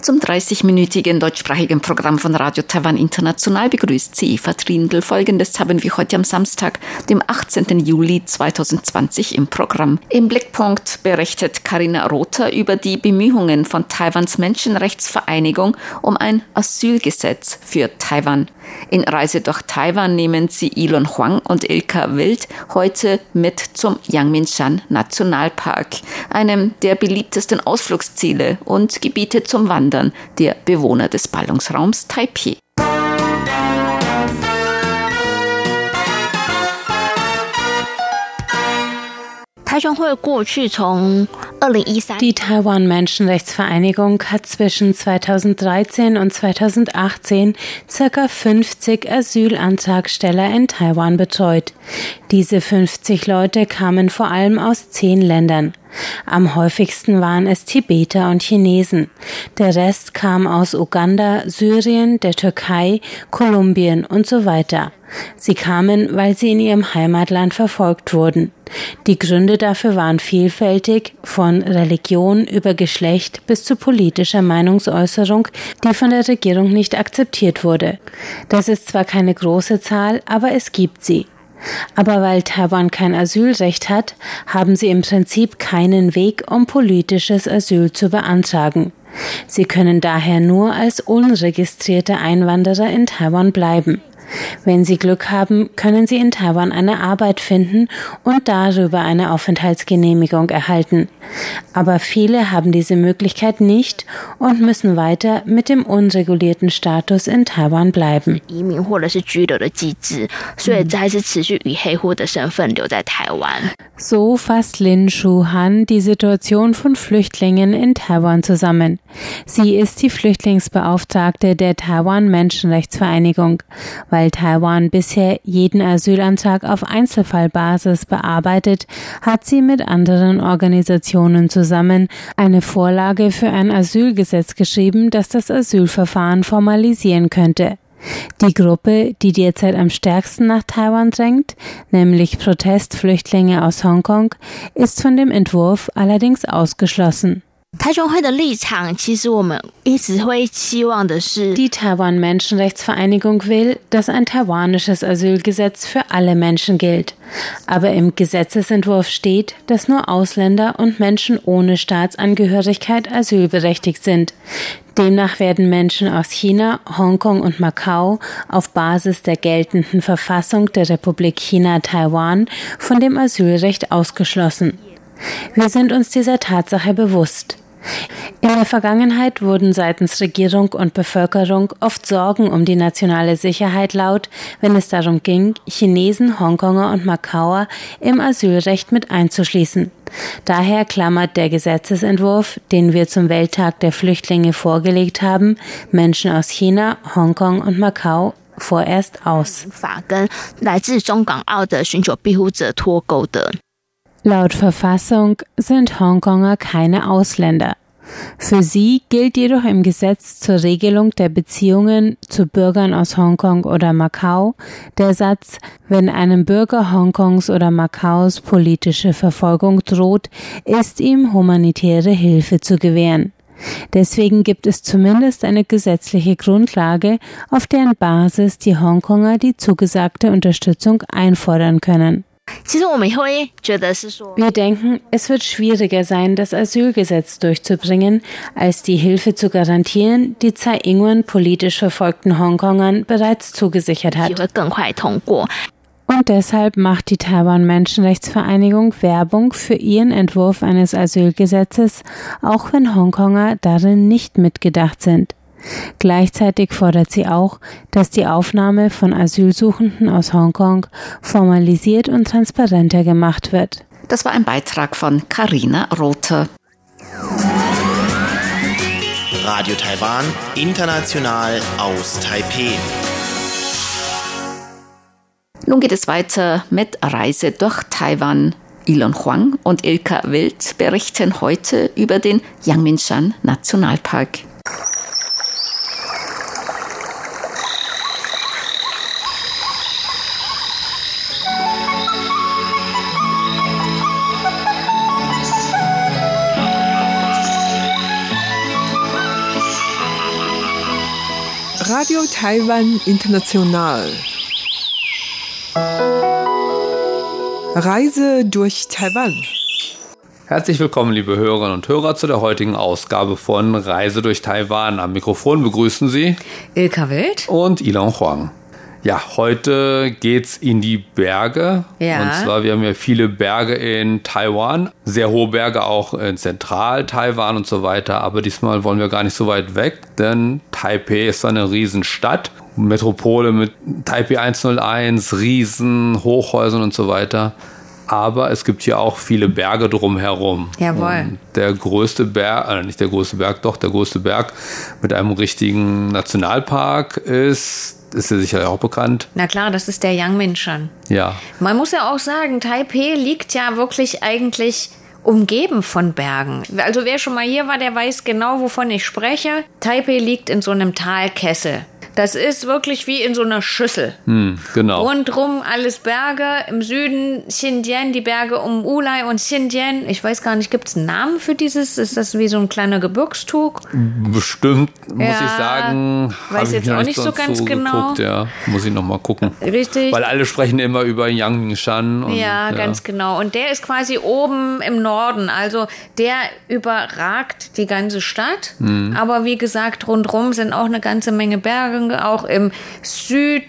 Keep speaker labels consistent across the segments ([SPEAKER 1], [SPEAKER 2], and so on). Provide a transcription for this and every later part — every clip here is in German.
[SPEAKER 1] Zum 30-minütigen deutschsprachigen Programm von Radio Taiwan International begrüßt sie Eva Trindl. Folgendes haben wir heute am Samstag, dem 18. Juli 2020 im Programm. Im Blickpunkt berichtet Karina Rother über die Bemühungen von Taiwans Menschenrechtsvereinigung um ein Asylgesetz für Taiwan. In Reise durch Taiwan nehmen sie Elon Huang und Ilka Wild heute mit zum Yangmingshan Nationalpark, einem der beliebtesten Ausflugsziele und Gebiete zum Wandern der Bewohner des Ballungsraums Taipei.
[SPEAKER 2] Die Taiwan Menschenrechtsvereinigung hat zwischen 2013 und 2018 circa 50 Asylantragsteller in Taiwan betreut. Diese 50 Leute kamen vor allem aus zehn Ländern. Am häufigsten waren es Tibeter und Chinesen. Der Rest kam aus Uganda, Syrien, der Türkei, Kolumbien und so weiter. Sie kamen, weil sie in ihrem Heimatland verfolgt wurden. Die Gründe dafür waren vielfältig, von Religion über Geschlecht bis zu politischer Meinungsäußerung, die von der Regierung nicht akzeptiert wurde. Das ist zwar keine große Zahl, aber es gibt sie. Aber weil Taiwan kein Asylrecht hat, haben sie im Prinzip keinen Weg, um politisches Asyl zu beantragen. Sie können daher nur als unregistrierte Einwanderer in Taiwan bleiben. Wenn sie Glück haben, können sie in Taiwan eine Arbeit finden und darüber eine Aufenthaltsgenehmigung erhalten. Aber viele haben diese Möglichkeit nicht und müssen weiter mit dem unregulierten Status in Taiwan bleiben. So fasst Lin Shu-han die Situation von Flüchtlingen in Taiwan zusammen. Sie ist die Flüchtlingsbeauftragte der Taiwan Menschenrechtsvereinigung. Weil Taiwan bisher jeden Asylantrag auf Einzelfallbasis bearbeitet, hat sie mit anderen Organisationen zusammen eine Vorlage für ein Asylgesetz geschrieben, das das Asylverfahren formalisieren könnte. Die Gruppe, die derzeit am stärksten nach Taiwan drängt, nämlich Protestflüchtlinge aus Hongkong, ist von dem Entwurf allerdings ausgeschlossen. Die Taiwan Menschenrechtsvereinigung will, dass ein taiwanisches Asylgesetz für alle Menschen gilt. Aber im Gesetzesentwurf steht, dass nur Ausländer und Menschen ohne Staatsangehörigkeit asylberechtigt sind. Demnach werden Menschen aus China, Hongkong und Macau auf Basis der geltenden Verfassung der Republik China Taiwan von dem Asylrecht ausgeschlossen. Wir sind uns dieser Tatsache bewusst. In der Vergangenheit wurden seitens Regierung und Bevölkerung oft Sorgen um die nationale Sicherheit laut, wenn es darum ging, Chinesen, Hongkonger und Macauer im Asylrecht mit einzuschließen. Daher klammert der Gesetzesentwurf, den wir zum Welttag der Flüchtlinge vorgelegt haben, Menschen aus China, Hongkong und Macau vorerst aus. Laut Verfassung sind Hongkonger keine Ausländer. Für sie gilt jedoch im Gesetz zur Regelung der Beziehungen zu Bürgern aus Hongkong oder Macau der Satz, wenn einem Bürger Hongkongs oder Macaus politische Verfolgung droht, ist ihm humanitäre Hilfe zu gewähren. Deswegen gibt es zumindest eine gesetzliche Grundlage, auf deren Basis die Hongkonger die zugesagte Unterstützung einfordern können. Wir denken, es wird schwieriger sein, das Asylgesetz durchzubringen, als die Hilfe zu garantieren, die Tsai Ing-wen politisch verfolgten Hongkongern bereits zugesichert hat. Und deshalb macht die Taiwan Menschenrechtsvereinigung Werbung für ihren Entwurf eines Asylgesetzes, auch wenn Hongkonger darin nicht mitgedacht sind. Gleichzeitig fordert sie auch, dass die Aufnahme von Asylsuchenden aus Hongkong formalisiert und transparenter gemacht wird.
[SPEAKER 1] Das war ein Beitrag von Karina Rothe.
[SPEAKER 3] Radio Taiwan, international aus Taipei.
[SPEAKER 1] Nun geht es weiter mit Reise durch Taiwan. Elon Huang und Ilka Wild berichten heute über den Yangmingshan Nationalpark.
[SPEAKER 4] Radio Taiwan International. Reise durch Taiwan.
[SPEAKER 5] Herzlich willkommen, liebe Hörerinnen und Hörer, zu der heutigen Ausgabe von Reise durch Taiwan. Am Mikrofon begrüßen Sie
[SPEAKER 6] Ilka Wild
[SPEAKER 5] und Ilan Huang. Ja, heute geht's in die Berge.
[SPEAKER 6] Ja.
[SPEAKER 5] Und zwar, wir haben ja viele Berge in Taiwan, sehr hohe Berge auch in Zentral-Taiwan und so weiter. Aber diesmal wollen wir gar nicht so weit weg, denn Taipei ist eine Riesenstadt. Metropole mit Taipei 101, Riesen, Hochhäusern und so weiter. Aber es gibt hier auch viele Berge drumherum.
[SPEAKER 6] Jawohl.
[SPEAKER 5] Und der größte Berg, äh, nicht der größte Berg, doch der größte Berg mit einem richtigen Nationalpark ist, ist ja sicher auch bekannt.
[SPEAKER 6] Na klar, das ist der Yangmingshan.
[SPEAKER 5] Ja,
[SPEAKER 6] Man muss ja auch sagen, Taipei liegt ja wirklich eigentlich umgeben von Bergen. Also wer schon mal hier war, der weiß genau, wovon ich spreche. Taipei liegt in so einem Talkessel. Das ist wirklich wie in so einer Schüssel.
[SPEAKER 5] hm, genau.
[SPEAKER 6] Rundrum alles Berge, im Süden Xinjiang, die Berge um Ulai und Xinjiang. Ich weiß gar nicht, gibt es einen Namen für dieses? Ist das wie so ein kleiner Gebirgstuch?
[SPEAKER 5] Bestimmt, muss
[SPEAKER 6] Ja,
[SPEAKER 5] ich sagen,
[SPEAKER 6] weiß
[SPEAKER 5] hab ich
[SPEAKER 6] jetzt
[SPEAKER 5] noch
[SPEAKER 6] auch nicht so ganz genau.
[SPEAKER 5] Geguckt, ja. Muss ich nochmal gucken.
[SPEAKER 6] Richtig.
[SPEAKER 5] Weil alle sprechen immer über Yangshan. und- äh,
[SPEAKER 6] Ja, ganz genau. Und der ist quasi oben im Norden. Also der überragt die ganze Stadt.
[SPEAKER 5] Mhm.
[SPEAKER 6] Aber wie gesagt, rundrum sind auch eine ganze Menge Berge. Auch im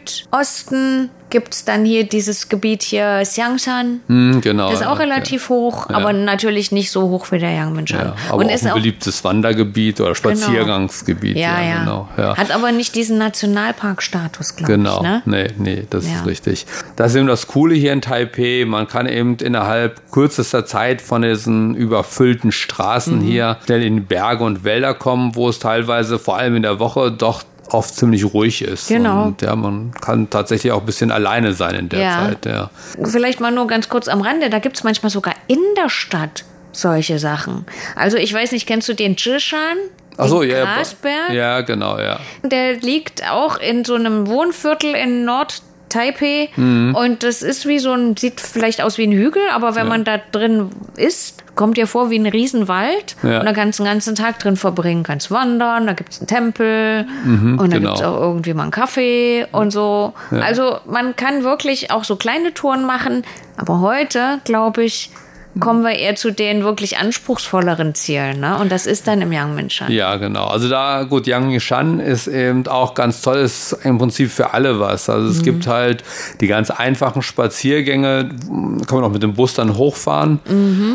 [SPEAKER 6] Südosten gibt's dann hier dieses Gebiet hier Xiangshan.
[SPEAKER 5] Hm, genau.
[SPEAKER 6] Das ist auch
[SPEAKER 5] ja,
[SPEAKER 6] relativ hoch, aber natürlich nicht so hoch wie der Yangmingshan.
[SPEAKER 5] Ja, ja. Aber
[SPEAKER 6] Und
[SPEAKER 5] auch
[SPEAKER 6] ist
[SPEAKER 5] ein
[SPEAKER 6] auch, Genau.
[SPEAKER 5] beliebtes Wandergebiet oder Spaziergangsgebiet.
[SPEAKER 6] ja, ja.
[SPEAKER 5] Genau, ja.
[SPEAKER 6] Hat aber nicht diesen Nationalparkstatus, glaube
[SPEAKER 5] Genau,
[SPEAKER 6] ich. Ne?
[SPEAKER 5] nee, nee, das
[SPEAKER 6] Ja.
[SPEAKER 5] ist richtig. Das ist eben das Coole hier in Taipei. Man kann eben innerhalb kürzester Zeit von diesen überfüllten Straßen
[SPEAKER 6] Mhm.
[SPEAKER 5] hier schnell in Berge und Wälder kommen, wo es teilweise vor allem in der Woche doch oft ziemlich ruhig ist.
[SPEAKER 6] Genau.
[SPEAKER 5] Und ja, man kann tatsächlich auch ein bisschen alleine sein in der
[SPEAKER 6] Ja.
[SPEAKER 5] Zeit. Ja.
[SPEAKER 6] Vielleicht mal nur ganz kurz am Rande, da gibt's manchmal sogar in der Stadt solche Sachen. Also ich weiß nicht, kennst du den Zhishan?
[SPEAKER 5] Ach so,
[SPEAKER 6] den
[SPEAKER 5] ja, ja.
[SPEAKER 6] Grasberg?
[SPEAKER 5] Ja, genau, ja.
[SPEAKER 6] Der liegt auch in so einem Wohnviertel in Nord. Taipei
[SPEAKER 5] Mhm.
[SPEAKER 6] und das ist wie so ein, sieht vielleicht aus wie ein Hügel, aber wenn man da drin ist, kommt dir vor wie ein Riesenwald
[SPEAKER 5] Ja.
[SPEAKER 6] und da kannst du den ganzen Tag drin verbringen, kannst wandern, da gibt's einen Tempel und da
[SPEAKER 5] genau.
[SPEAKER 6] gibt's auch irgendwie mal einen Kaffee und so. Also man kann wirklich auch so kleine Touren machen, aber heute, glaube ich, kommen wir eher zu den wirklich anspruchsvolleren Zielen ne? und das ist dann im Yangmingshan.
[SPEAKER 5] Ja, genau. Also da, gut, Yangshan ist eben auch ganz toll, ist im Prinzip für alle was. Also es gibt halt die ganz einfachen Spaziergänge, mh, kann man auch mit dem Bus dann hochfahren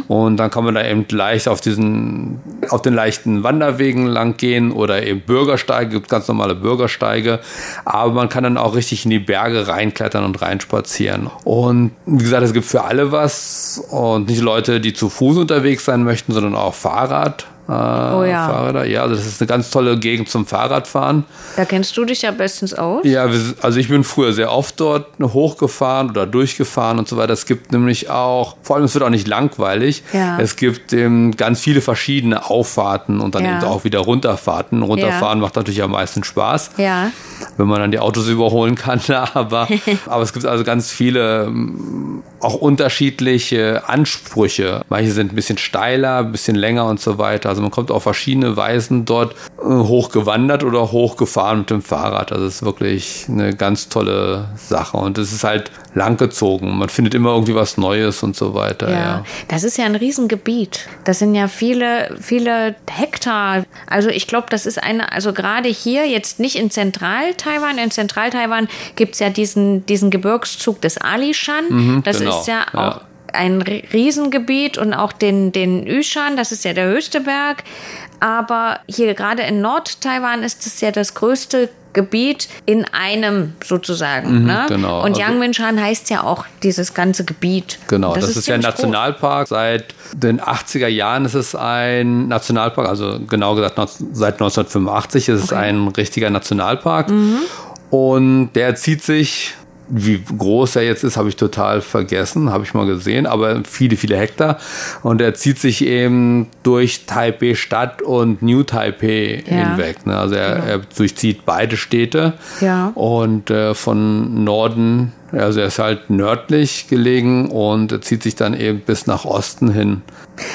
[SPEAKER 5] und dann kann man da eben leicht auf diesen, auf den leichten Wanderwegen lang gehen oder eben Bürgersteige, gibt ganz normale Bürgersteige, aber man kann dann auch richtig in die Berge reinklettern und reinspazieren. Und wie gesagt, es gibt für alle was und nicht Leute, die zu Fuß unterwegs sein möchten, sondern auch Fahrrad. Äh,
[SPEAKER 6] Oh ja.
[SPEAKER 5] Fahrräder. Ja, also das ist eine ganz tolle Gegend zum Fahrradfahren.
[SPEAKER 6] Da kennst du dich ja bestens aus.
[SPEAKER 5] Ja, wir s- also ich bin früher sehr oft dort hochgefahren oder durchgefahren und so weiter. Es gibt nämlich auch, vor allem es wird auch nicht langweilig,
[SPEAKER 6] Ja.
[SPEAKER 5] es gibt ähm, ganz viele verschiedene Auffahrten und dann
[SPEAKER 6] Ja.
[SPEAKER 5] eben auch wieder Runterfahrten. Runterfahren macht natürlich am meisten Spaß
[SPEAKER 6] Ja,
[SPEAKER 5] wenn man dann die Autos überholen kann. Aber, aber es gibt also ganz viele ähm, auch unterschiedliche Ansprüche. Manche sind ein bisschen steiler, ein bisschen länger und so weiter. Also man kommt auf verschiedene Weisen dort äh, hochgewandert oder hochgefahren mit dem Fahrrad. Also es ist wirklich eine ganz tolle Sache. Und es ist halt langgezogen. Man findet immer irgendwie was Neues und so weiter.
[SPEAKER 6] ja,
[SPEAKER 5] Ja.
[SPEAKER 6] Das ist ja ein Riesengebiet. Das sind ja viele, viele Hektar. Also ich glaube, das ist eine, also gerade hier jetzt nicht in Zentral-Taiwan. In Zentral-Taiwan gibt es ja diesen, diesen Gebirgszug des Alishan. das
[SPEAKER 5] genau,
[SPEAKER 6] ist ja
[SPEAKER 5] ja.
[SPEAKER 6] auch ein Ri- Riesengebiet und auch den, den Yushan, das ist ja der höchste Berg. Aber hier gerade in Nord-Taiwan ist es ja das größte Gebiet in einem sozusagen. ne?
[SPEAKER 5] genau.
[SPEAKER 6] Und
[SPEAKER 5] Also-
[SPEAKER 6] Yangmingshan heißt ja auch dieses ganze Gebiet.
[SPEAKER 5] Genau, das, ist ja ein
[SPEAKER 6] ziemlich
[SPEAKER 5] Nationalpark. Seit den 80er Jahren ist es ein Nationalpark, also genau gesagt neunz- seit 1985 ist es ein richtiger Nationalpark.
[SPEAKER 6] Mhm.
[SPEAKER 5] Und der zieht sich, wie groß er jetzt ist, habe ich total vergessen, habe ich mal gesehen, aber viele, viele Hektar. Und er zieht sich eben durch Taipei Stadt und New Taipei
[SPEAKER 6] Ja. Genau.
[SPEAKER 5] hinweg. Ne? Also er, er durchzieht beide Städte
[SPEAKER 6] Ja.
[SPEAKER 5] und äh, von Norden Also er ist halt nördlich gelegen und zieht sich dann eben bis nach Osten hin.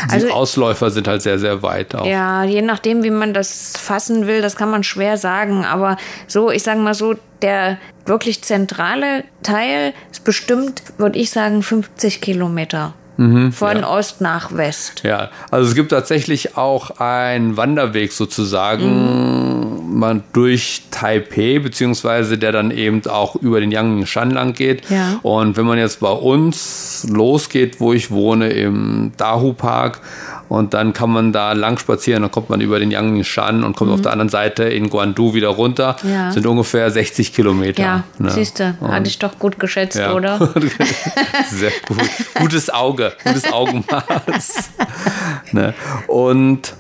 [SPEAKER 5] Die
[SPEAKER 6] Also-
[SPEAKER 5] Ausläufer sind halt sehr, sehr weit auch.
[SPEAKER 6] Ja, je nachdem, wie man das fassen will, das kann man schwer sagen. Aber so, ich sage mal so, der wirklich zentrale Teil ist bestimmt, würde ich sagen, 50 Kilometer.
[SPEAKER 5] Mhm.
[SPEAKER 6] Von Ost nach West.
[SPEAKER 5] Ja, also es gibt tatsächlich auch einen Wanderweg sozusagen
[SPEAKER 6] Mhm.
[SPEAKER 5] man durch Taipei, beziehungsweise der dann eben auch über den Yangshan lang geht.
[SPEAKER 6] Ja.
[SPEAKER 5] Und wenn man jetzt bei uns losgeht, wo ich wohne, im Dahu Park, und dann kann man da lang spazieren, dann kommt man über den Yangshan und kommt auf der anderen Seite in Guandu wieder runter.
[SPEAKER 6] Mhm. Ja.
[SPEAKER 5] Sind ungefähr 60 Kilometer.
[SPEAKER 6] Ja,
[SPEAKER 5] ne?
[SPEAKER 6] siehste, siehst du, hatte ich doch gut geschätzt,
[SPEAKER 5] Ja.
[SPEAKER 6] oder?
[SPEAKER 5] Sehr gut. Gutes Auge, gutes Augenmaß. ne? Und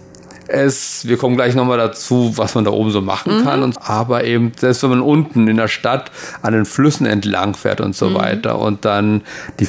[SPEAKER 5] es, wir kommen gleich nochmal dazu, was man da oben so
[SPEAKER 6] Mhm.
[SPEAKER 5] machen kann. Und, aber eben, selbst wenn man unten in der Stadt an den Flüssen entlang fährt und
[SPEAKER 6] Mhm.
[SPEAKER 5] so weiter und dann die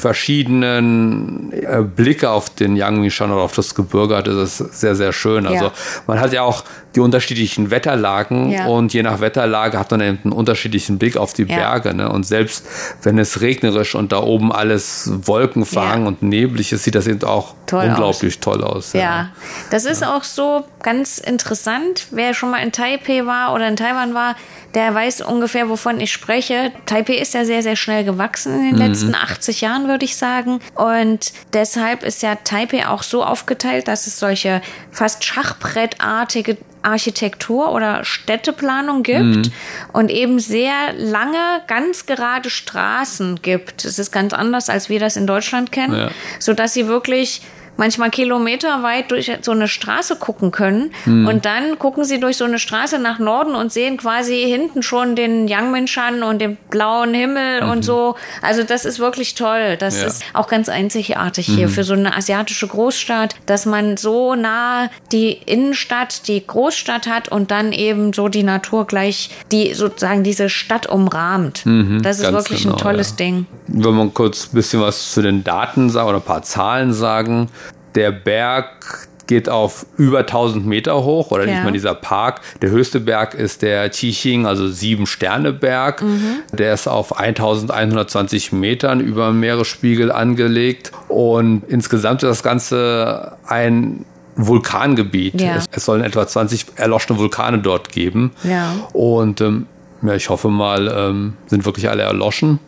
[SPEAKER 5] verschiedenen äh, Blicke auf den Yangmingshan oder auf das Gebirge hat, ist es sehr, sehr schön. Also
[SPEAKER 6] Ja.
[SPEAKER 5] man hat ja auch die unterschiedlichen Wetterlagen
[SPEAKER 6] Ja.
[SPEAKER 5] und je nach Wetterlage hat man eben einen unterschiedlichen Blick auf die
[SPEAKER 6] Ja.
[SPEAKER 5] Berge. Ne? Und selbst wenn es regnerisch und da oben alles wolkenverhangen
[SPEAKER 6] Ja.
[SPEAKER 5] und neblig ist, sieht das eben auch
[SPEAKER 6] Toll
[SPEAKER 5] unglaublich toll aus.
[SPEAKER 6] Ja, das ist auch so ganz interessant. Wer schon mal in Taipei war oder in Taiwan war, der weiß ungefähr, wovon ich spreche. Taipei ist ja sehr, sehr schnell gewachsen in den letzten 80 Jahren, würde ich sagen. Und deshalb ist ja Taipei auch so aufgeteilt, dass es solche fast schachbrettartige Architektur oder Städteplanung gibt und eben sehr lange, ganz gerade Straßen gibt. Es ist ganz anders, als wir das in Deutschland kennen,
[SPEAKER 5] Ja.
[SPEAKER 6] sodass sie wirklich manchmal kilometerweit durch so eine Straße gucken können.
[SPEAKER 5] Hm.
[SPEAKER 6] Und dann gucken sie durch so eine Straße nach Norden und sehen quasi hinten schon den Yangmingshan und den blauen Himmel und so. Also das ist wirklich toll. Das
[SPEAKER 5] Mhm. Ja. Mhm.
[SPEAKER 6] ist auch ganz einzigartig hier für so eine asiatische Großstadt, dass man so nah die Innenstadt, die Großstadt hat und dann eben so die Natur gleich, die sozusagen diese Stadt umrahmt. das ist
[SPEAKER 5] ganz
[SPEAKER 6] wirklich
[SPEAKER 5] genau,
[SPEAKER 6] ein tolles
[SPEAKER 5] ja.
[SPEAKER 6] Ding.
[SPEAKER 5] Wenn man kurz ein bisschen was zu den Daten sagen oder ein paar Zahlen sagen, der Berg geht auf über 1000 Meter hoch oder
[SPEAKER 6] Ja.
[SPEAKER 5] nicht mal dieser Park. Der höchste Berg ist der Qixing, also Sieben-Sterne-Berg.
[SPEAKER 6] Mhm.
[SPEAKER 5] Der ist auf 1120 Metern über dem Meeresspiegel angelegt und insgesamt ist das Ganze ein Vulkangebiet.
[SPEAKER 6] Ja.
[SPEAKER 5] Es, es sollen etwa 20 erloschene Vulkane dort geben.
[SPEAKER 6] Ja.
[SPEAKER 5] Und ähm, ja, ich hoffe mal, ähm, sind wirklich alle erloschen.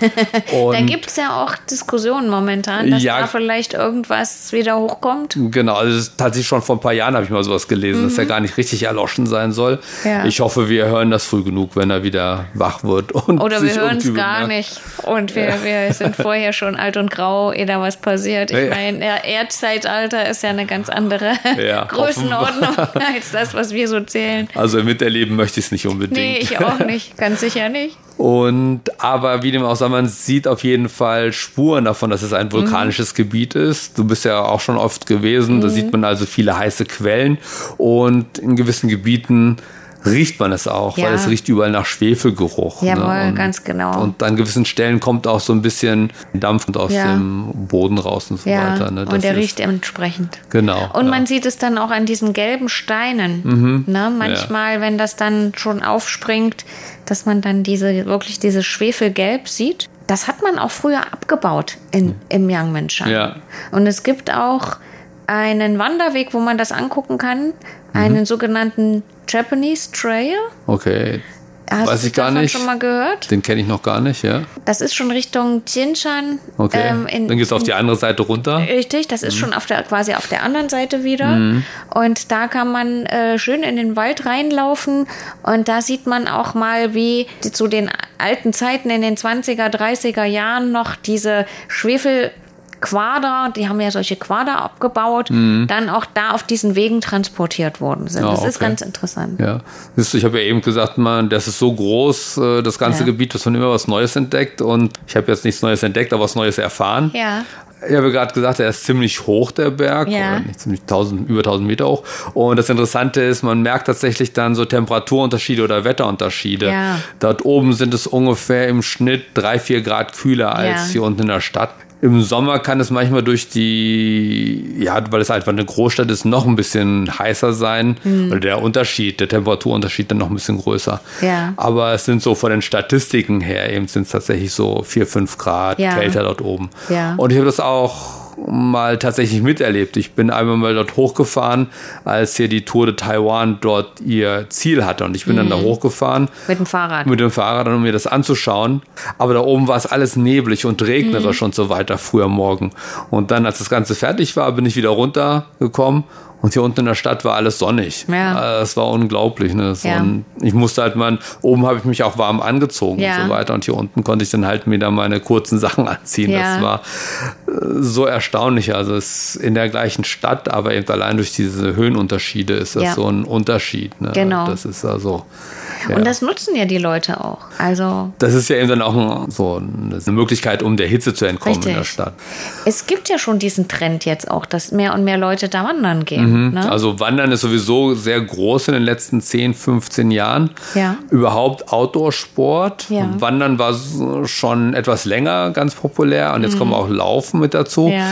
[SPEAKER 6] Da
[SPEAKER 5] Und
[SPEAKER 6] gibt es ja auch Diskussionen momentan, dass
[SPEAKER 5] Ja.
[SPEAKER 6] da vielleicht irgendwas wieder hochkommt.
[SPEAKER 5] genau, also es ist tatsächlich schon vor ein paar Jahren habe ich mal sowas gelesen, dass er gar nicht richtig erloschen sein soll.
[SPEAKER 6] Mhm. Ja.
[SPEAKER 5] Ich hoffe, wir hören das früh genug, wenn er wieder wach wird. Und
[SPEAKER 6] Oder wir
[SPEAKER 5] sich
[SPEAKER 6] hören es
[SPEAKER 5] irgendwie
[SPEAKER 6] gar
[SPEAKER 5] bemerkt.
[SPEAKER 6] nicht. Und wir, wir sind vorher schon alt und grau, ehe da was passiert. Ich
[SPEAKER 5] Ja.
[SPEAKER 6] meine, ja, Erdzeitalter ist ja eine ganz andere
[SPEAKER 5] Ja,
[SPEAKER 6] Größenordnung als das, was wir so zählen.
[SPEAKER 5] Also miterleben möchte ich es nicht unbedingt.
[SPEAKER 6] Nee, ich auch nicht. Ganz sicher nicht.
[SPEAKER 5] Und aber wie dem auch sei, man sieht auf jeden Fall Spuren davon, dass es ein vulkanisches Gebiet ist. Du bist ja auch schon oft gewesen, da sieht man also viele heiße Quellen und in gewissen Gebieten riecht man es auch,
[SPEAKER 6] Ja.
[SPEAKER 5] weil es riecht überall nach Schwefelgeruch. ne?
[SPEAKER 6] Jawohl,
[SPEAKER 5] und,
[SPEAKER 6] ganz genau.
[SPEAKER 5] Und an gewissen Stellen kommt auch so ein bisschen Dampf und aus
[SPEAKER 6] Ja.
[SPEAKER 5] dem Boden raus und so
[SPEAKER 6] Ja,
[SPEAKER 5] weiter. Ne? Das
[SPEAKER 6] und der
[SPEAKER 5] ist-
[SPEAKER 6] riecht entsprechend.
[SPEAKER 5] Genau,
[SPEAKER 6] Und
[SPEAKER 5] ja. Mhm.
[SPEAKER 6] man sieht es dann auch an diesen gelben Steinen. Ne? Manchmal, wenn das dann schon aufspringt, dass man dann diese wirklich dieses Schwefelgelb sieht. Das hat man auch früher abgebaut in, im Yangmingshan.
[SPEAKER 5] Ja.
[SPEAKER 6] Und es gibt auch einen Wanderweg, wo man das angucken
[SPEAKER 5] Mhm.
[SPEAKER 6] kann, einen sogenannten Japanese Trail.
[SPEAKER 5] Okay.
[SPEAKER 6] Hast
[SPEAKER 5] Weiß
[SPEAKER 6] du
[SPEAKER 5] ich gar
[SPEAKER 6] davon
[SPEAKER 5] nicht.
[SPEAKER 6] schon mal gehört?
[SPEAKER 5] Den kenne ich noch gar nicht, ja.
[SPEAKER 6] Das ist schon Richtung Jinshan.
[SPEAKER 5] Okay.
[SPEAKER 6] ähm, in-
[SPEAKER 5] Dann geht's auf die andere Seite runter.
[SPEAKER 6] Richtig, das ist
[SPEAKER 5] Mhm.
[SPEAKER 6] schon auf der, quasi auf der anderen Seite wieder. Und da kann man äh, schön in den Wald reinlaufen. Und da sieht man auch mal, wie die- zu den alten Zeiten in den 20er, 30er Jahren noch diese Schwefel. Quader, die haben ja solche Quader abgebaut, dann auch da auf diesen Wegen transportiert worden sind.
[SPEAKER 5] Ah,
[SPEAKER 6] das ist
[SPEAKER 5] Mhm. okay.
[SPEAKER 6] ganz interessant.
[SPEAKER 5] Ja, siehst du, ich habe ja eben gesagt, man, das ist so groß, äh, das ganze
[SPEAKER 6] Ja.
[SPEAKER 5] Gebiet, dass man immer was Neues entdeckt. Und ich habe jetzt nichts Neues entdeckt, aber was Neues erfahren.
[SPEAKER 6] Ja.
[SPEAKER 5] Ich habe gerade gesagt, er ist ziemlich hoch, der Berg.
[SPEAKER 6] Ja.
[SPEAKER 5] Oder nicht ziemlich, 1000, über 1000 Meter hoch. Und das Interessante ist, man merkt tatsächlich dann so Temperaturunterschiede oder Wetterunterschiede.
[SPEAKER 6] Ja.
[SPEAKER 5] Dort oben sind es ungefähr im Schnitt drei, vier Grad kühler als
[SPEAKER 6] Ja.
[SPEAKER 5] hier unten in der Stadt. Im Sommer kann es manchmal durch die, ja, weil es einfach eine Großstadt ist, noch ein bisschen heißer sein.
[SPEAKER 6] Hm.
[SPEAKER 5] Oder der Unterschied, der Temperaturunterschied dann noch ein bisschen größer.
[SPEAKER 6] Ja.
[SPEAKER 5] Aber es sind so von den Statistiken her eben sind es tatsächlich so 4, 5 Grad
[SPEAKER 6] Ja.
[SPEAKER 5] kälter dort oben.
[SPEAKER 6] Ja.
[SPEAKER 5] Und ich habe das auch mal tatsächlich miterlebt. Ich bin einmal mal dort hochgefahren, als hier die Tour de Taiwan dort ihr Ziel hatte. Und ich bin dann da hochgefahren
[SPEAKER 6] Hm. Mit dem Fahrrad.
[SPEAKER 5] mit dem Fahrrad, um mir das anzuschauen. Aber da oben war es alles neblig und regnerisch
[SPEAKER 6] Mhm.
[SPEAKER 5] und so weiter früh am Morgen. Und dann, als das Ganze fertig war, bin ich wieder runtergekommen. Und hier unten in der Stadt war alles sonnig.
[SPEAKER 6] Ja.
[SPEAKER 5] Äh, Es war unglaublich. Ne? So
[SPEAKER 6] Ja.
[SPEAKER 5] ein, ich musste halt mal, oben habe ich mich auch warm angezogen
[SPEAKER 6] Ja.
[SPEAKER 5] und so weiter. Und hier unten konnte ich dann halt wieder meine kurzen Sachen anziehen.
[SPEAKER 6] Ja.
[SPEAKER 5] Das war äh, so erstaunlich. Also es ist in der gleichen Stadt, aber eben allein durch diese Höhenunterschiede ist das
[SPEAKER 6] Ja.
[SPEAKER 5] so ein Unterschied. Ne?
[SPEAKER 6] Genau.
[SPEAKER 5] Das ist also. ja.
[SPEAKER 6] Und das nutzen ja die Leute auch. Also
[SPEAKER 5] Das ist ja eben dann auch ein, so eine Möglichkeit, um der Hitze zu entkommen in der
[SPEAKER 6] Richtig.
[SPEAKER 5] Stadt.
[SPEAKER 6] es gibt ja schon diesen Trend jetzt auch, dass mehr und mehr Leute da wandern gehen. Ne?
[SPEAKER 5] Also Wandern ist sowieso sehr groß in den letzten 10, 15 Jahren.
[SPEAKER 6] Ja.
[SPEAKER 5] Überhaupt Outdoor-Sport.
[SPEAKER 6] Ja.
[SPEAKER 5] Wandern war so schon etwas länger ganz populär und jetzt kommen auch Laufen mit dazu.
[SPEAKER 6] Mhm. Ja.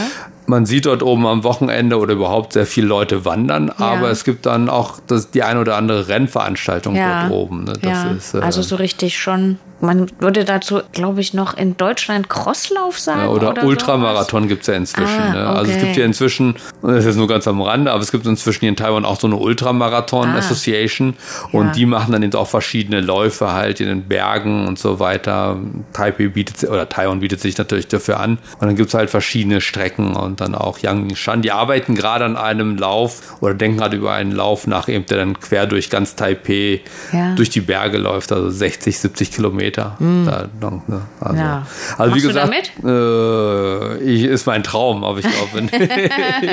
[SPEAKER 5] Man sieht dort oben am Wochenende oder überhaupt sehr viele Leute wandern, aber es gibt dann auch das, die ein oder andere Rennveranstaltung
[SPEAKER 6] ja.
[SPEAKER 5] dort oben. Ne? Das
[SPEAKER 6] ja.
[SPEAKER 5] ist, äh,
[SPEAKER 6] also so richtig schon. Man würde dazu, glaube ich, noch in Deutschland Crosslauf sagen.
[SPEAKER 5] Ja,
[SPEAKER 6] oder,
[SPEAKER 5] oder, Ultramarathon gibt es ja inzwischen.
[SPEAKER 6] Ah,
[SPEAKER 5] ne? Also es
[SPEAKER 6] okay.
[SPEAKER 5] gibt hier inzwischen, das ist jetzt nur ganz am Rande, aber es gibt inzwischen hier in Taiwan auch so eine Ultramarathon
[SPEAKER 6] Ah.
[SPEAKER 5] Association und
[SPEAKER 6] Ja.
[SPEAKER 5] die machen dann eben auch verschiedene Läufe halt in den Bergen und so weiter. Taipei bietet oder Taiwan bietet sich natürlich dafür an. Und dann gibt es halt verschiedene Strecken und dann auch Yangshan. Die arbeiten gerade an einem Lauf oder denken gerade über einen Lauf nach, eben der dann quer durch ganz Taipei
[SPEAKER 6] Ja. Mm.
[SPEAKER 5] durch die Berge läuft, also 60, 70 Kilometer. Da, lang, ne? also,
[SPEAKER 6] Ja.
[SPEAKER 5] also wie
[SPEAKER 6] Machst du da
[SPEAKER 5] gesagt,
[SPEAKER 6] mit?
[SPEAKER 5] äh, ich, ist mein Traum, aber ich glaube nicht.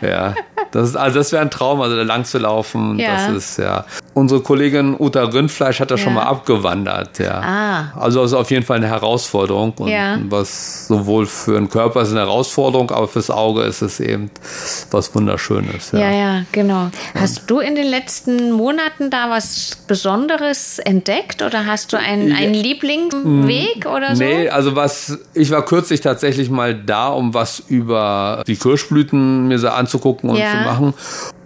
[SPEAKER 5] ja, das ist, also das wäre ein Traum, also da lang zu laufen.
[SPEAKER 6] Ja.
[SPEAKER 5] Das ist ja. Unsere Kollegin Uta Rindfleisch hat da schon
[SPEAKER 6] Ja.
[SPEAKER 5] mal abgewandert. Ja. Ah. Also das ist auf jeden Fall eine Herausforderung und
[SPEAKER 6] Ja.
[SPEAKER 5] was sowohl für den Körper ist eine Herausforderung, aber fürs Auge ist es eben was Wunderschönes.
[SPEAKER 6] Ja, ja, genau. Hast du in den letzten Monaten da was Besonderes entdeckt oder hast du einen, einen Lieblingsweg oder so?
[SPEAKER 5] Nee, also was, ich war kürzlich tatsächlich mal da, um was über die Kirschblüten mir so anzugucken und
[SPEAKER 6] Ja.
[SPEAKER 5] zu machen.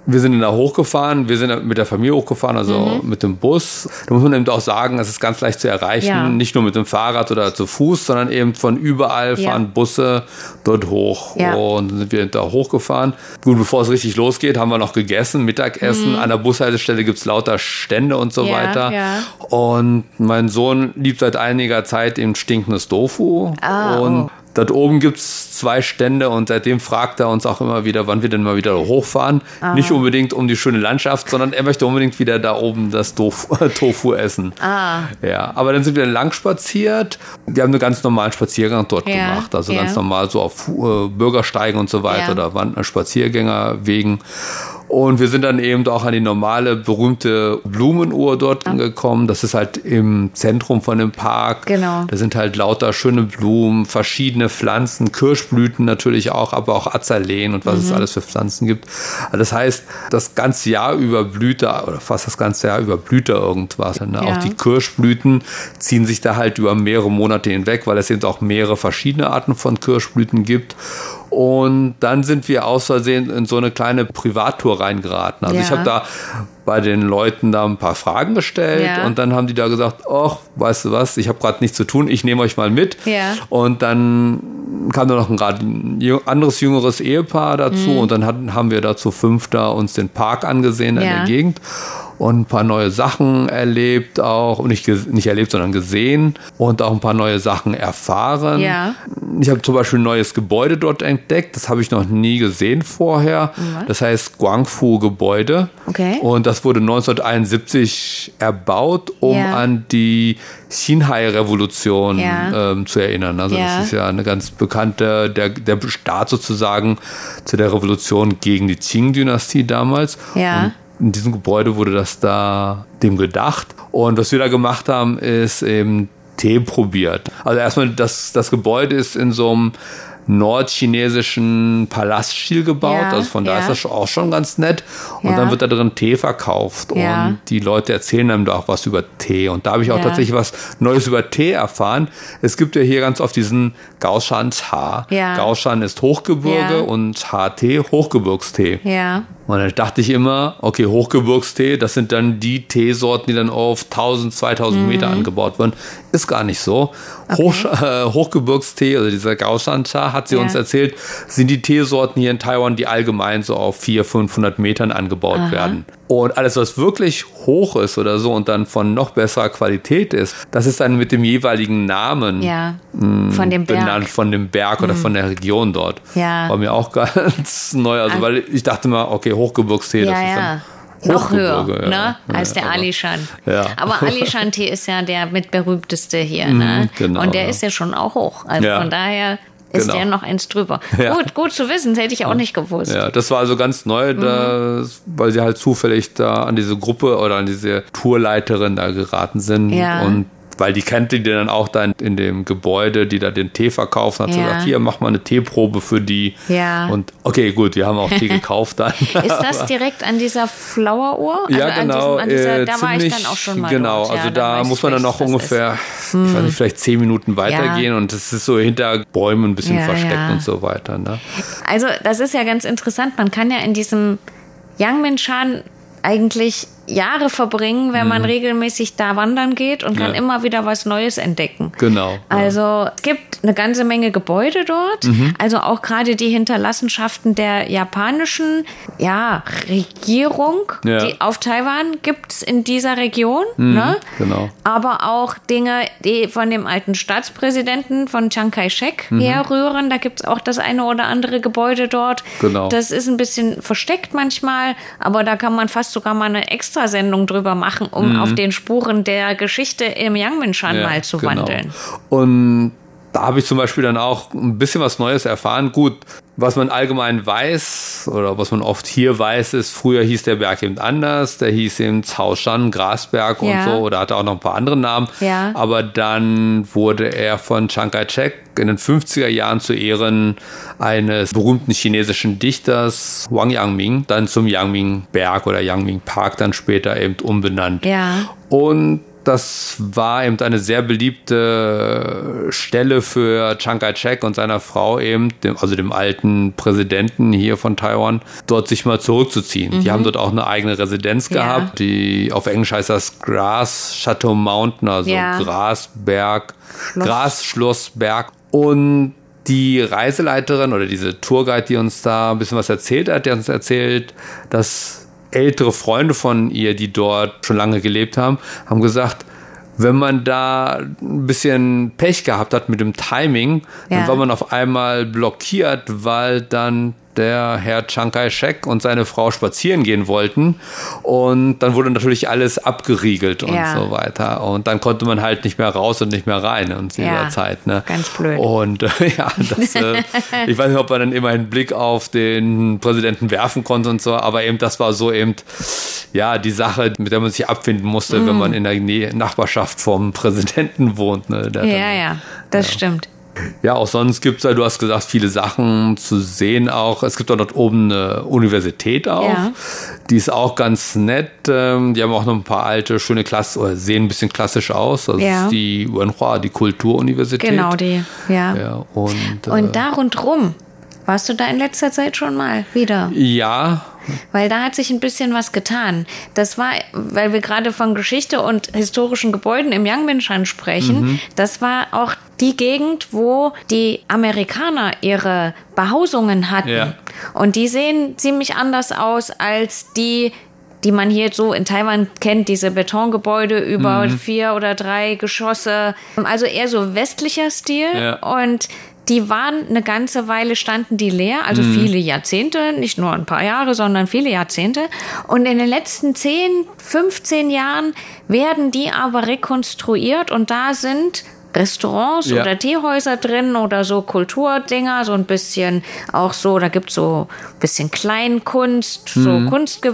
[SPEAKER 5] Wir sind da hochgefahren, wir sind mit der Familie hochgefahren, also
[SPEAKER 6] Mhm.
[SPEAKER 5] mit dem Bus. Da muss man eben auch sagen, es ist ganz leicht zu erreichen,
[SPEAKER 6] Ja.
[SPEAKER 5] nicht nur mit dem Fahrrad oder zu Fuß, sondern eben von überall
[SPEAKER 6] Ja.
[SPEAKER 5] fahren Busse dort hoch.
[SPEAKER 6] Ja.
[SPEAKER 5] Und dann sind wir da hochgefahren. Gut, bevor es richtig losgeht, haben wir noch gegessen,
[SPEAKER 6] Mhm.
[SPEAKER 5] Mittagessen. An der Bushaltestelle gibt's lauter Stände und so
[SPEAKER 6] Ja,
[SPEAKER 5] weiter.
[SPEAKER 6] ja.
[SPEAKER 5] Und mein Sohn liebt seit einiger Zeit eben stinkendes Tofu.
[SPEAKER 6] Ah,
[SPEAKER 5] und
[SPEAKER 6] oh.
[SPEAKER 5] dort oben gibt es zwei Stände und seitdem fragt er uns auch immer wieder, wann wir denn mal wieder hochfahren.
[SPEAKER 6] Ah.
[SPEAKER 5] Nicht unbedingt um die schöne Landschaft, sondern er möchte unbedingt wieder da oben das Tofu, Tofu essen.
[SPEAKER 6] Ah.
[SPEAKER 5] Ja, aber dann sind wir lang spaziert. Wir haben einen ganz normalen Spaziergang dort
[SPEAKER 6] Ja,
[SPEAKER 5] gemacht. Also
[SPEAKER 6] ja.
[SPEAKER 5] ganz normal so auf äh, Bürgersteigen und so weiter
[SPEAKER 6] Ja.
[SPEAKER 5] oder Wand Spaziergängerwegen. Und wir sind dann eben auch an die normale, berühmte Blumenuhr dort gekommen. Das ist halt im Zentrum von dem Park.
[SPEAKER 6] Genau.
[SPEAKER 5] Da sind halt lauter schöne Blumen, verschiedene Pflanzen, Kirschblüten natürlich auch, aber auch Azaleen und was es alles für Pflanzen gibt. Also Das heißt, das ganze Jahr über blüht da, oder fast das ganze Jahr über blüht da irgendwas. Ne?
[SPEAKER 6] Ja.
[SPEAKER 5] Auch die Kirschblüten ziehen sich da halt über mehrere Monate hinweg, weil es eben auch mehrere verschiedene Arten von Kirschblüten gibt. Und dann sind wir aus Versehen in so eine kleine Privattour reingeraten. Also
[SPEAKER 6] Ja.
[SPEAKER 5] ich habe da bei den Leuten da ein paar Fragen gestellt
[SPEAKER 6] Ja.
[SPEAKER 5] und dann haben die da gesagt, ach, weißt du was, ich habe gerade nichts zu tun, ich nehme euch mal mit.
[SPEAKER 6] Ja.
[SPEAKER 5] Und dann kam da noch ein, grad ein jü- anderes jüngeres Ehepaar dazu
[SPEAKER 6] Mhm.
[SPEAKER 5] und dann hatten, haben wir dazu fünf da uns den Park angesehen in
[SPEAKER 6] Ja.
[SPEAKER 5] der Gegend und ein paar neue Sachen erlebt auch und nicht, ges- nicht erlebt, sondern gesehen und auch ein paar neue Sachen erfahren.
[SPEAKER 6] Ja.
[SPEAKER 5] Ich habe zum Beispiel ein neues Gebäude dort entdeckt, das habe ich noch nie gesehen vorher. Das heißt Guangfu-Gebäude.
[SPEAKER 6] Okay.
[SPEAKER 5] Und das wurde 1971 erbaut, um
[SPEAKER 6] Ja.
[SPEAKER 5] an die Xinhai-Revolution
[SPEAKER 6] Ja.
[SPEAKER 5] ähm, zu erinnern. Also
[SPEAKER 6] Ja.
[SPEAKER 5] das ist ja eine ganz bekannte, der, der Staat sozusagen zu der Revolution gegen die Qing-Dynastie damals.
[SPEAKER 6] Ja.
[SPEAKER 5] Und in diesem Gebäude wurde das da dem gedacht. Und was wir da gemacht haben, ist eben Tee probiert. Also erstmal, das, das Gebäude ist in so einem nordchinesischen Palaststil gebaut.
[SPEAKER 6] Ja,
[SPEAKER 5] also von da
[SPEAKER 6] ja.
[SPEAKER 5] ist das schon- auch schon ganz nett. Und
[SPEAKER 6] Ja.
[SPEAKER 5] dann wird da drin Tee verkauft.
[SPEAKER 6] Ja.
[SPEAKER 5] Und die Leute erzählen einem da auch was über Tee. Und da habe ich auch
[SPEAKER 6] Ja.
[SPEAKER 5] tatsächlich was Neues über Tee erfahren. Es gibt ja hier ganz oft diesen Gauschan-Cha.
[SPEAKER 6] Ja.
[SPEAKER 5] Gauschan ist Hochgebirge
[SPEAKER 6] Ja.
[SPEAKER 5] und Cha-Tee Hochgebirgstee.
[SPEAKER 6] Ja.
[SPEAKER 5] Und dann dachte ich immer, okay, Hochgebirgstee, das sind dann die Teesorten, die dann auf 1000, 2000
[SPEAKER 6] Mhm.
[SPEAKER 5] Meter angebaut werden. Ist gar nicht so. Hoch, äh, Hochgebirgstee, also dieser Gaoshan-Cha, hat sie
[SPEAKER 6] Ja.
[SPEAKER 5] uns erzählt, sind die Teesorten hier in Taiwan, die allgemein so auf 400, 500 Metern angebaut werden. Und alles, was wirklich hoch ist oder so und dann von noch besserer Qualität ist, das ist dann mit dem jeweiligen Namen
[SPEAKER 6] Ja.
[SPEAKER 5] Mm,
[SPEAKER 6] Von dem Berg. Mhm.
[SPEAKER 5] benannt Mhm. von dem Berg oder von der Region dort.
[SPEAKER 6] Ja. Ah.
[SPEAKER 5] War mir auch ganz neu. Also, weil ich dachte mal, okay, Hochgebirgstee, das
[SPEAKER 6] Ja,
[SPEAKER 5] ist
[SPEAKER 6] ja.
[SPEAKER 5] dann.
[SPEAKER 6] Noch höher,
[SPEAKER 5] Hochgebirge,
[SPEAKER 6] ne?
[SPEAKER 5] ja.
[SPEAKER 6] Als der
[SPEAKER 5] Ja, aber-
[SPEAKER 6] Alishan.
[SPEAKER 5] Ja.
[SPEAKER 6] Aber Alishan-Tee ist ja der mitberühmteste hier, ne?
[SPEAKER 5] genau,
[SPEAKER 6] Und der
[SPEAKER 5] ja.
[SPEAKER 6] ist ja schon auch hoch. Also
[SPEAKER 5] Ja.
[SPEAKER 6] von daher ist
[SPEAKER 5] Genau.
[SPEAKER 6] der noch eins drüber.
[SPEAKER 5] Ja.
[SPEAKER 6] Gut, gut zu wissen, das hätte ich auch nicht gewusst.
[SPEAKER 5] Ja, das war also ganz neu,
[SPEAKER 6] Mhm.
[SPEAKER 5] da, weil sie halt zufällig da an diese Gruppe oder an diese Tourleiterin da geraten sind.
[SPEAKER 6] Ja.
[SPEAKER 5] Und weil die kannte die dann auch dann in dem Gebäude, die da den Tee verkaufen, hat sie
[SPEAKER 6] Ja.
[SPEAKER 5] gesagt, hier, mach mal eine Teeprobe für die.
[SPEAKER 6] Ja.
[SPEAKER 5] Und okay, gut, wir haben auch Tee gekauft dann.
[SPEAKER 6] Ist das direkt an dieser Flower-Uhr?
[SPEAKER 5] Ja,
[SPEAKER 6] also
[SPEAKER 5] genau.
[SPEAKER 6] An diesem, an dieser,
[SPEAKER 5] äh,
[SPEAKER 6] da war ich dann auch schon mal.
[SPEAKER 5] Genau,
[SPEAKER 6] dort. Ja,
[SPEAKER 5] also
[SPEAKER 6] dann
[SPEAKER 5] da
[SPEAKER 6] weiß
[SPEAKER 5] muss
[SPEAKER 6] ich,
[SPEAKER 5] man dann noch
[SPEAKER 6] welches das Hm.
[SPEAKER 5] ungefähr, ich weiß nicht, vielleicht zehn Minuten weitergehen und es ist so hinter Bäumen ein bisschen
[SPEAKER 6] Ja,
[SPEAKER 5] versteckt
[SPEAKER 6] ja.
[SPEAKER 5] und so weiter. Ne?
[SPEAKER 6] ist. Also, das ist ja ganz interessant. Man kann ja in diesem Yangmingshan eigentlich Jahre verbringen, wenn man regelmäßig da wandern geht und kann
[SPEAKER 5] Mhm. Ja.
[SPEAKER 6] immer wieder was Neues entdecken.
[SPEAKER 5] Genau, ja.
[SPEAKER 6] Also es gibt eine ganze Menge Gebäude dort,
[SPEAKER 5] Mhm.
[SPEAKER 6] also auch gerade die Hinterlassenschaften der japanischen ja, Regierung,
[SPEAKER 5] Ja.
[SPEAKER 6] die auf Taiwan gibt es in dieser Region. Ne?
[SPEAKER 5] genau.
[SPEAKER 6] aber auch Dinge, die von dem alten Staatspräsidenten von Chiang Kai-shek
[SPEAKER 5] Mhm.
[SPEAKER 6] herrühren. Da gibt es auch das eine oder andere Gebäude dort.
[SPEAKER 5] Genau.
[SPEAKER 6] Das ist ein bisschen versteckt manchmal, aber da kann man fast sogar mal eine Extrasendung drüber machen, um auf den Spuren der Geschichte im Yangmingshan
[SPEAKER 5] Mhm. Ja,
[SPEAKER 6] mal zu
[SPEAKER 5] genau.
[SPEAKER 6] wandeln.
[SPEAKER 5] Und da habe ich zum Beispiel dann auch ein bisschen was Neues erfahren. Gut, was man allgemein weiß oder was man oft hier weiß, ist, früher hieß der Berg eben anders. Der hieß eben Zaoshan, Grasberg und
[SPEAKER 6] Ja.
[SPEAKER 5] so oder hatte auch noch ein paar andere Namen.
[SPEAKER 6] Ja.
[SPEAKER 5] Aber dann wurde er von Chiang Kai-shek in den 50er Jahren zu Ehren eines berühmten chinesischen Dichters Wang Yangming dann zum Yangming-Berg oder Yangming-Park dann später eben umbenannt.
[SPEAKER 6] Ja.
[SPEAKER 5] Und das war eben eine sehr beliebte äh, Stelle für Chiang Kai-shek und seiner Frau eben, dem, also dem alten Präsidenten hier von Taiwan, dort sich mal zurückzuziehen. Die haben dort auch eine eigene Residenz
[SPEAKER 6] Mhm. Ja.
[SPEAKER 5] gehabt, die auf Englisch heißt das Grass Chateau Mountain, also
[SPEAKER 6] Ja.
[SPEAKER 5] Grasberg, Grasschlossberg. Und die Reiseleiterin oder diese Tourguide, die uns da ein bisschen was erzählt hat, die hat uns erzählt, dass ältere Freunde von ihr, die dort schon lange gelebt haben, haben gesagt, wenn man da ein bisschen Pech gehabt hat mit dem Timing, dann
[SPEAKER 6] Ja.
[SPEAKER 5] war man auf einmal blockiert, weil dann der Herr Chiang Kai-shek und seine Frau spazieren gehen wollten. Und dann wurde natürlich alles abgeriegelt und
[SPEAKER 6] Ja.
[SPEAKER 5] so weiter. Und dann konnte man halt nicht mehr raus und nicht mehr rein und in
[SPEAKER 6] Ja,
[SPEAKER 5] dieser Zeit. Ne?
[SPEAKER 6] ganz blöd.
[SPEAKER 5] Und äh, ja, das, äh, ich weiß nicht, ob man dann immer einen Blick auf den Präsidenten werfen konnte und so, aber eben das war so eben, ja, die Sache, mit der man sich abfinden musste,
[SPEAKER 6] Mhm.
[SPEAKER 5] wenn man in der Nähe, Nachbarschaft vom Präsidenten wohnt. Ne? Der hat
[SPEAKER 6] Ja,
[SPEAKER 5] dann-
[SPEAKER 6] ja, das stimmt.
[SPEAKER 5] ja, auch sonst gibt's ja, du hast gesagt, viele Sachen zu sehen auch. Es gibt auch dort oben eine Universität auch.
[SPEAKER 6] Ja.
[SPEAKER 5] Die ist auch ganz nett. Ähm, Die haben auch noch ein paar alte, schöne Klassen, oder sehen ein bisschen klassisch aus. Das
[SPEAKER 6] Ja.
[SPEAKER 5] ist die Wenhua, die Kulturuniversität.
[SPEAKER 6] Genau, die, ja.
[SPEAKER 5] Ja, und, äh,
[SPEAKER 6] Und da rundrum, warst du da in letzter Zeit schon mal wieder?
[SPEAKER 5] äh, ja,
[SPEAKER 6] Weil da hat sich ein bisschen was getan. Das war, weil wir gerade von Geschichte und historischen Gebäuden im Yangmingshan sprechen,
[SPEAKER 5] Mhm.
[SPEAKER 6] das war auch die Gegend, wo die Amerikaner ihre Behausungen hatten.
[SPEAKER 5] Ja.
[SPEAKER 6] Und die sehen ziemlich anders aus als die die man hier so in Taiwan kennt, diese Betongebäude über
[SPEAKER 5] Mhm.
[SPEAKER 6] vier oder drei Geschosse. Also eher so westlicher Stil.
[SPEAKER 5] Ja.
[SPEAKER 6] Und die waren eine ganze Weile standen die leer, also
[SPEAKER 5] Mhm.
[SPEAKER 6] viele Jahrzehnte, nicht nur ein paar Jahre, sondern viele Jahrzehnte. Und in den letzten 10, 15 Jahren werden die aber rekonstruiert und da sind Restaurants
[SPEAKER 5] Ja.
[SPEAKER 6] oder Teehäuser drin oder so Kulturdinger, so ein bisschen auch so, da gibt es so ein bisschen Kleinkunst,
[SPEAKER 5] Mhm.
[SPEAKER 6] so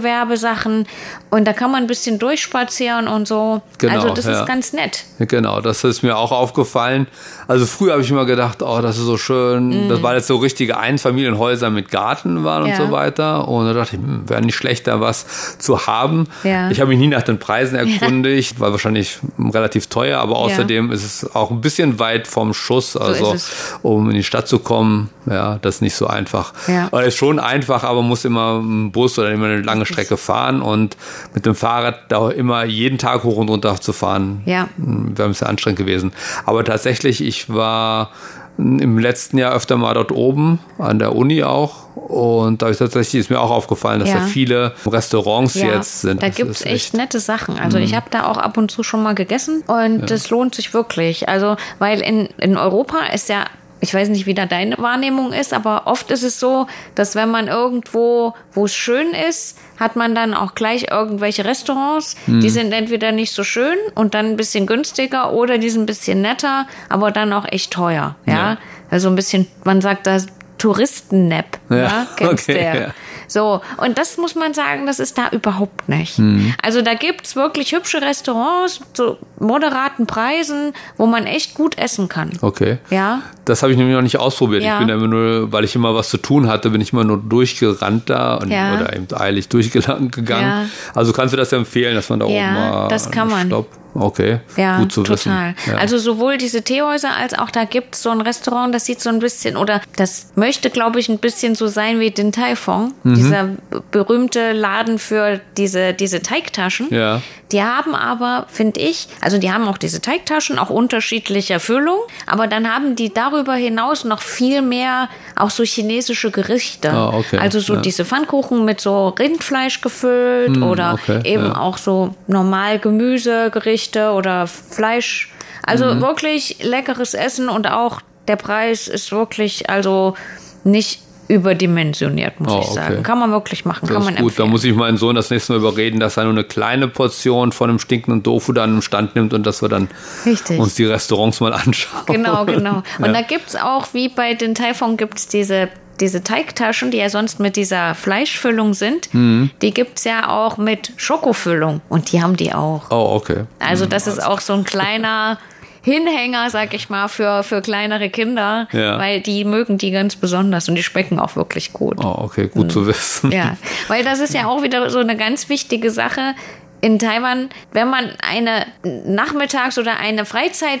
[SPEAKER 6] Kunstgewerbesachen und da kann man ein bisschen durchspazieren und so.
[SPEAKER 5] Genau,
[SPEAKER 6] also das
[SPEAKER 5] ja.
[SPEAKER 6] ist ganz nett.
[SPEAKER 5] Genau, das ist mir auch aufgefallen. Also früher habe ich immer gedacht, oh, das ist so schön. Das waren jetzt so richtige Einfamilienhäuser mit Garten waren
[SPEAKER 6] Mhm. Ja.
[SPEAKER 5] und so weiter. Und da dachte ich, hm, wäre nicht schlecht, da was zu haben.
[SPEAKER 6] Ja.
[SPEAKER 5] Ich habe mich nie nach den Preisen erkundigt, war wahrscheinlich relativ teuer, aber außerdem ist es auch ein bisschen weit vom Schuss. Also
[SPEAKER 6] ist es.
[SPEAKER 5] um in die Stadt zu kommen, ja, das ist nicht so einfach.
[SPEAKER 6] Ja.
[SPEAKER 5] Aber ist schon einfach, aber muss immer einen Bus oder immer eine lange Strecke fahren und mit dem Fahrrad da immer jeden Tag hoch und runter zu fahren,
[SPEAKER 6] Ja.
[SPEAKER 5] wäre ein bisschen anstrengend gewesen. Aber tatsächlich, ich war im letzten Jahr öfter mal dort oben, an der Uni auch. Und da ist tatsächlich ist mir auch aufgefallen, dass
[SPEAKER 6] Ja.
[SPEAKER 5] da viele Restaurants
[SPEAKER 6] Ja,
[SPEAKER 5] jetzt sind.
[SPEAKER 6] Da
[SPEAKER 5] Das
[SPEAKER 6] gibt es
[SPEAKER 5] ist Mhm.
[SPEAKER 6] echt nette Sachen. Also ich habe da auch ab und zu schon mal gegessen und das lohnt sich wirklich. Also, weil in, in Europa ist ja. Ich weiß nicht, wie da deine Wahrnehmung ist, aber oft ist es so, dass wenn man irgendwo, wo es schön ist, hat man dann auch gleich irgendwelche Restaurants.
[SPEAKER 5] Mhm.
[SPEAKER 6] Die sind entweder nicht so schön und dann ein bisschen günstiger oder die sind ein bisschen netter, aber dann auch echt teuer. Ja.
[SPEAKER 5] Ja.
[SPEAKER 6] Also ein bisschen, man sagt das Touristennap. Ja. Kennst
[SPEAKER 5] okay,
[SPEAKER 6] du ja.
[SPEAKER 5] ja.
[SPEAKER 6] So, und das muss man sagen, das ist da überhaupt nicht. Also da gibt es wirklich hübsche Restaurants zu moderaten Preisen, wo man echt gut essen kann.
[SPEAKER 5] Okay.
[SPEAKER 6] Ja.
[SPEAKER 5] Das habe ich nämlich noch nicht ausprobiert.
[SPEAKER 6] Ja.
[SPEAKER 5] Ich bin da immer nur, weil ich immer was zu tun hatte, bin ich immer nur durchgerannt da und,
[SPEAKER 6] Ja.
[SPEAKER 5] oder eben eilig durchgegangen.
[SPEAKER 6] Ja.
[SPEAKER 5] Also kannst du das ja empfehlen, dass man da
[SPEAKER 6] Ja,
[SPEAKER 5] oben mal
[SPEAKER 6] das kann man.
[SPEAKER 5] Stopp. Okay.
[SPEAKER 6] Ja,
[SPEAKER 5] Gut zu
[SPEAKER 6] total.
[SPEAKER 5] wissen. Ja.
[SPEAKER 6] Also sowohl diese Teehäuser als auch da gibt es so ein Restaurant, das sieht so ein bisschen, oder das möchte, glaube ich, ein bisschen so sein wie den Taifong,
[SPEAKER 5] Mhm.
[SPEAKER 6] dieser berühmte Laden für diese, diese Teigtaschen.
[SPEAKER 5] Ja.
[SPEAKER 6] Die haben aber, finde ich, also die haben auch diese Teigtaschen, auch unterschiedlicher Füllung, aber dann haben die darüber hinaus noch viel mehr auch so chinesische Gerichte.
[SPEAKER 5] Ah, okay,
[SPEAKER 6] Also so
[SPEAKER 5] ja. Mm,
[SPEAKER 6] diese Pfannkuchen mit so Rindfleisch gefüllt oder
[SPEAKER 5] okay,
[SPEAKER 6] eben
[SPEAKER 5] ja.
[SPEAKER 6] auch so normal Gemüsegerichte oder Fleisch. Also
[SPEAKER 5] Mhm.
[SPEAKER 6] wirklich leckeres Essen und auch der Preis ist wirklich also nicht überdimensioniert, muss
[SPEAKER 5] Oh,
[SPEAKER 6] ich sagen.
[SPEAKER 5] okay.
[SPEAKER 6] Kann man wirklich machen,
[SPEAKER 5] Das
[SPEAKER 6] kann
[SPEAKER 5] ist
[SPEAKER 6] man
[SPEAKER 5] gut, da
[SPEAKER 6] empfehlen.
[SPEAKER 5] muss ich meinen Sohn das nächste Mal überreden, dass er nur eine kleine Portion von einem stinkenden Tofu dann im Stand nimmt und dass wir dann
[SPEAKER 6] Richtig.
[SPEAKER 5] uns die Restaurants mal anschauen.
[SPEAKER 6] Genau, genau. Und
[SPEAKER 5] ja.
[SPEAKER 6] da gibt es auch, wie bei den Taifong, gibt es diese, diese Teigtaschen, die ja sonst mit dieser Fleischfüllung sind.
[SPEAKER 5] Mhm.
[SPEAKER 6] Die gibt es ja auch mit Schokofüllung. Und die haben die auch.
[SPEAKER 5] Oh, okay.
[SPEAKER 6] Also das ist auch so ein kleiner Hinhänger, sag ich mal, für, für kleinere Kinder,
[SPEAKER 5] Ja.
[SPEAKER 6] weil die mögen die ganz besonders und die schmecken auch wirklich gut.
[SPEAKER 5] Oh, okay, gut
[SPEAKER 6] Hm.
[SPEAKER 5] zu wissen.
[SPEAKER 6] Ja, weil das ist ja auch wieder so eine ganz wichtige Sache. In Taiwan, wenn man eine Nachmittags- oder eine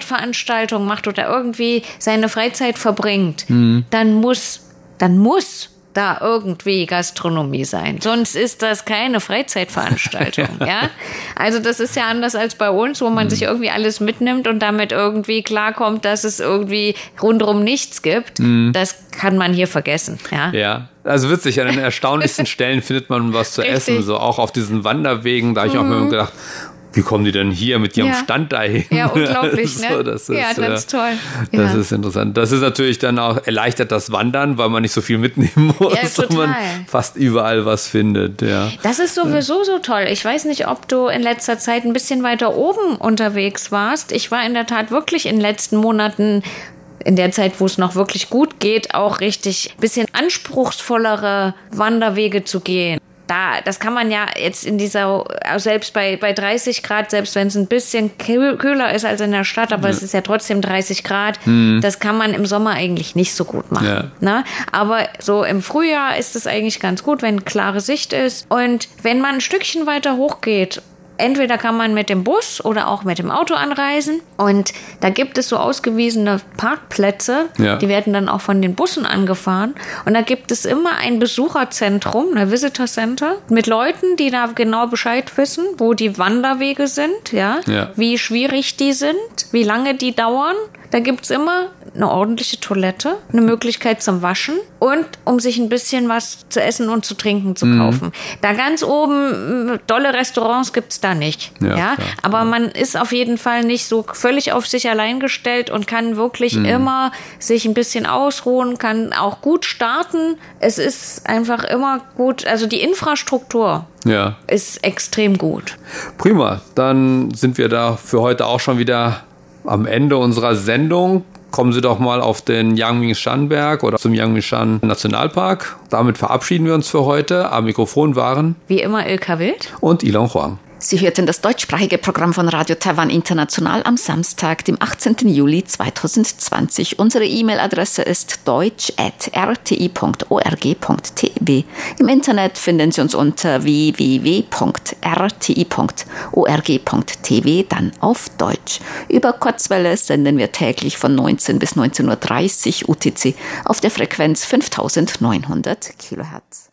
[SPEAKER 6] Freizeitveranstaltung macht oder irgendwie seine Freizeit verbringt, dann muss, dann muss da irgendwie Gastronomie sein. Sonst ist das keine Freizeitveranstaltung, ja? Also das ist ja anders als bei uns, wo man sich irgendwie alles mitnimmt und damit irgendwie klarkommt, dass es irgendwie rundrum nichts gibt. Das kann man hier vergessen, ja?
[SPEAKER 5] Ja, also witzig, an den erstaunlichsten Stellen findet man was zu
[SPEAKER 6] Richtig. Mhm.
[SPEAKER 5] essen, so auch auf diesen Wanderwegen, da habe ich auch immer gedacht, wie kommen die denn hier mit ihrem
[SPEAKER 6] Ja.
[SPEAKER 5] Stand dahin?
[SPEAKER 6] Ja, unglaublich,
[SPEAKER 5] So,
[SPEAKER 6] ne?
[SPEAKER 5] das ist,
[SPEAKER 6] Ja, ganz toll.
[SPEAKER 5] Das
[SPEAKER 6] Ja.
[SPEAKER 5] ist interessant. Das ist natürlich dann auch erleichtert das Wandern, weil man nicht so viel mitnehmen muss, und man
[SPEAKER 6] total.
[SPEAKER 5] fast überall was findet, ja.
[SPEAKER 6] Das ist sowieso so toll. Ich weiß nicht, ob du in letzter Zeit ein bisschen weiter oben unterwegs warst. Ich war in der Tat wirklich in den letzten Monaten in der Zeit, wo es noch wirklich gut geht, auch richtig ein bisschen anspruchsvollere Wanderwege zu gehen. Da, das kann man ja jetzt in dieser, also selbst bei, bei 30 Grad, selbst wenn es ein bisschen kühl- kühler ist als in der Stadt, aber es ist ja trotzdem 30 Grad, das kann man im Sommer eigentlich nicht so gut machen.
[SPEAKER 5] Mhm. Ja.
[SPEAKER 6] Ne? Aber so im Frühjahr ist es eigentlich ganz gut, wenn klare Sicht ist. Und wenn man ein Stückchen weiter hochgeht, entweder kann man mit dem Bus oder auch mit dem Auto anreisen. Und da gibt es so ausgewiesene Parkplätze,
[SPEAKER 5] Ja.
[SPEAKER 6] die werden dann auch von den Bussen angefahren. Und da gibt es immer ein Besucherzentrum, ein Visitor Center, mit Leuten, die da genau Bescheid wissen, wo die Wanderwege sind, ja,
[SPEAKER 5] Ja.
[SPEAKER 6] wie schwierig die sind, wie lange die dauern. Da gibt es immer eine ordentliche Toilette, eine Möglichkeit zum Waschen und um sich ein bisschen was zu essen und zu trinken zu kaufen. Da ganz oben, mh, dolle Restaurants gibt es da nicht. Ja,
[SPEAKER 5] Ja, klar.
[SPEAKER 6] Aber man ist auf jeden Fall nicht so völlig auf sich allein gestellt und kann wirklich
[SPEAKER 5] Mhm.
[SPEAKER 6] immer sich ein bisschen ausruhen, kann auch gut starten. Es ist einfach immer gut, also die Infrastruktur
[SPEAKER 5] Ja,
[SPEAKER 6] ist extrem gut.
[SPEAKER 5] prima. Dann sind wir da für heute auch schon wieder am Ende unserer Sendung kommen Sie doch mal auf den Yangmingshan-Berg oder zum Yangmingshan-Nationalpark. Damit verabschieden wir uns für heute. Am Mikrofon waren
[SPEAKER 6] Wie immer Ilka Wild.
[SPEAKER 5] und Ilon Huang.
[SPEAKER 1] Sie hörten das deutschsprachige Programm von Radio Taiwan International am Samstag, dem 18. Juli 2020. Unsere E-Mail-Adresse ist deutsch.rti.org.tw. E Im Internet finden Sie uns unter www.rti.org.tw, E dann auf Deutsch. Über Kurzwelle senden wir täglich von 19 bis 19.30 Uhr UTC auf der Frequenz 5900 Kilohertz.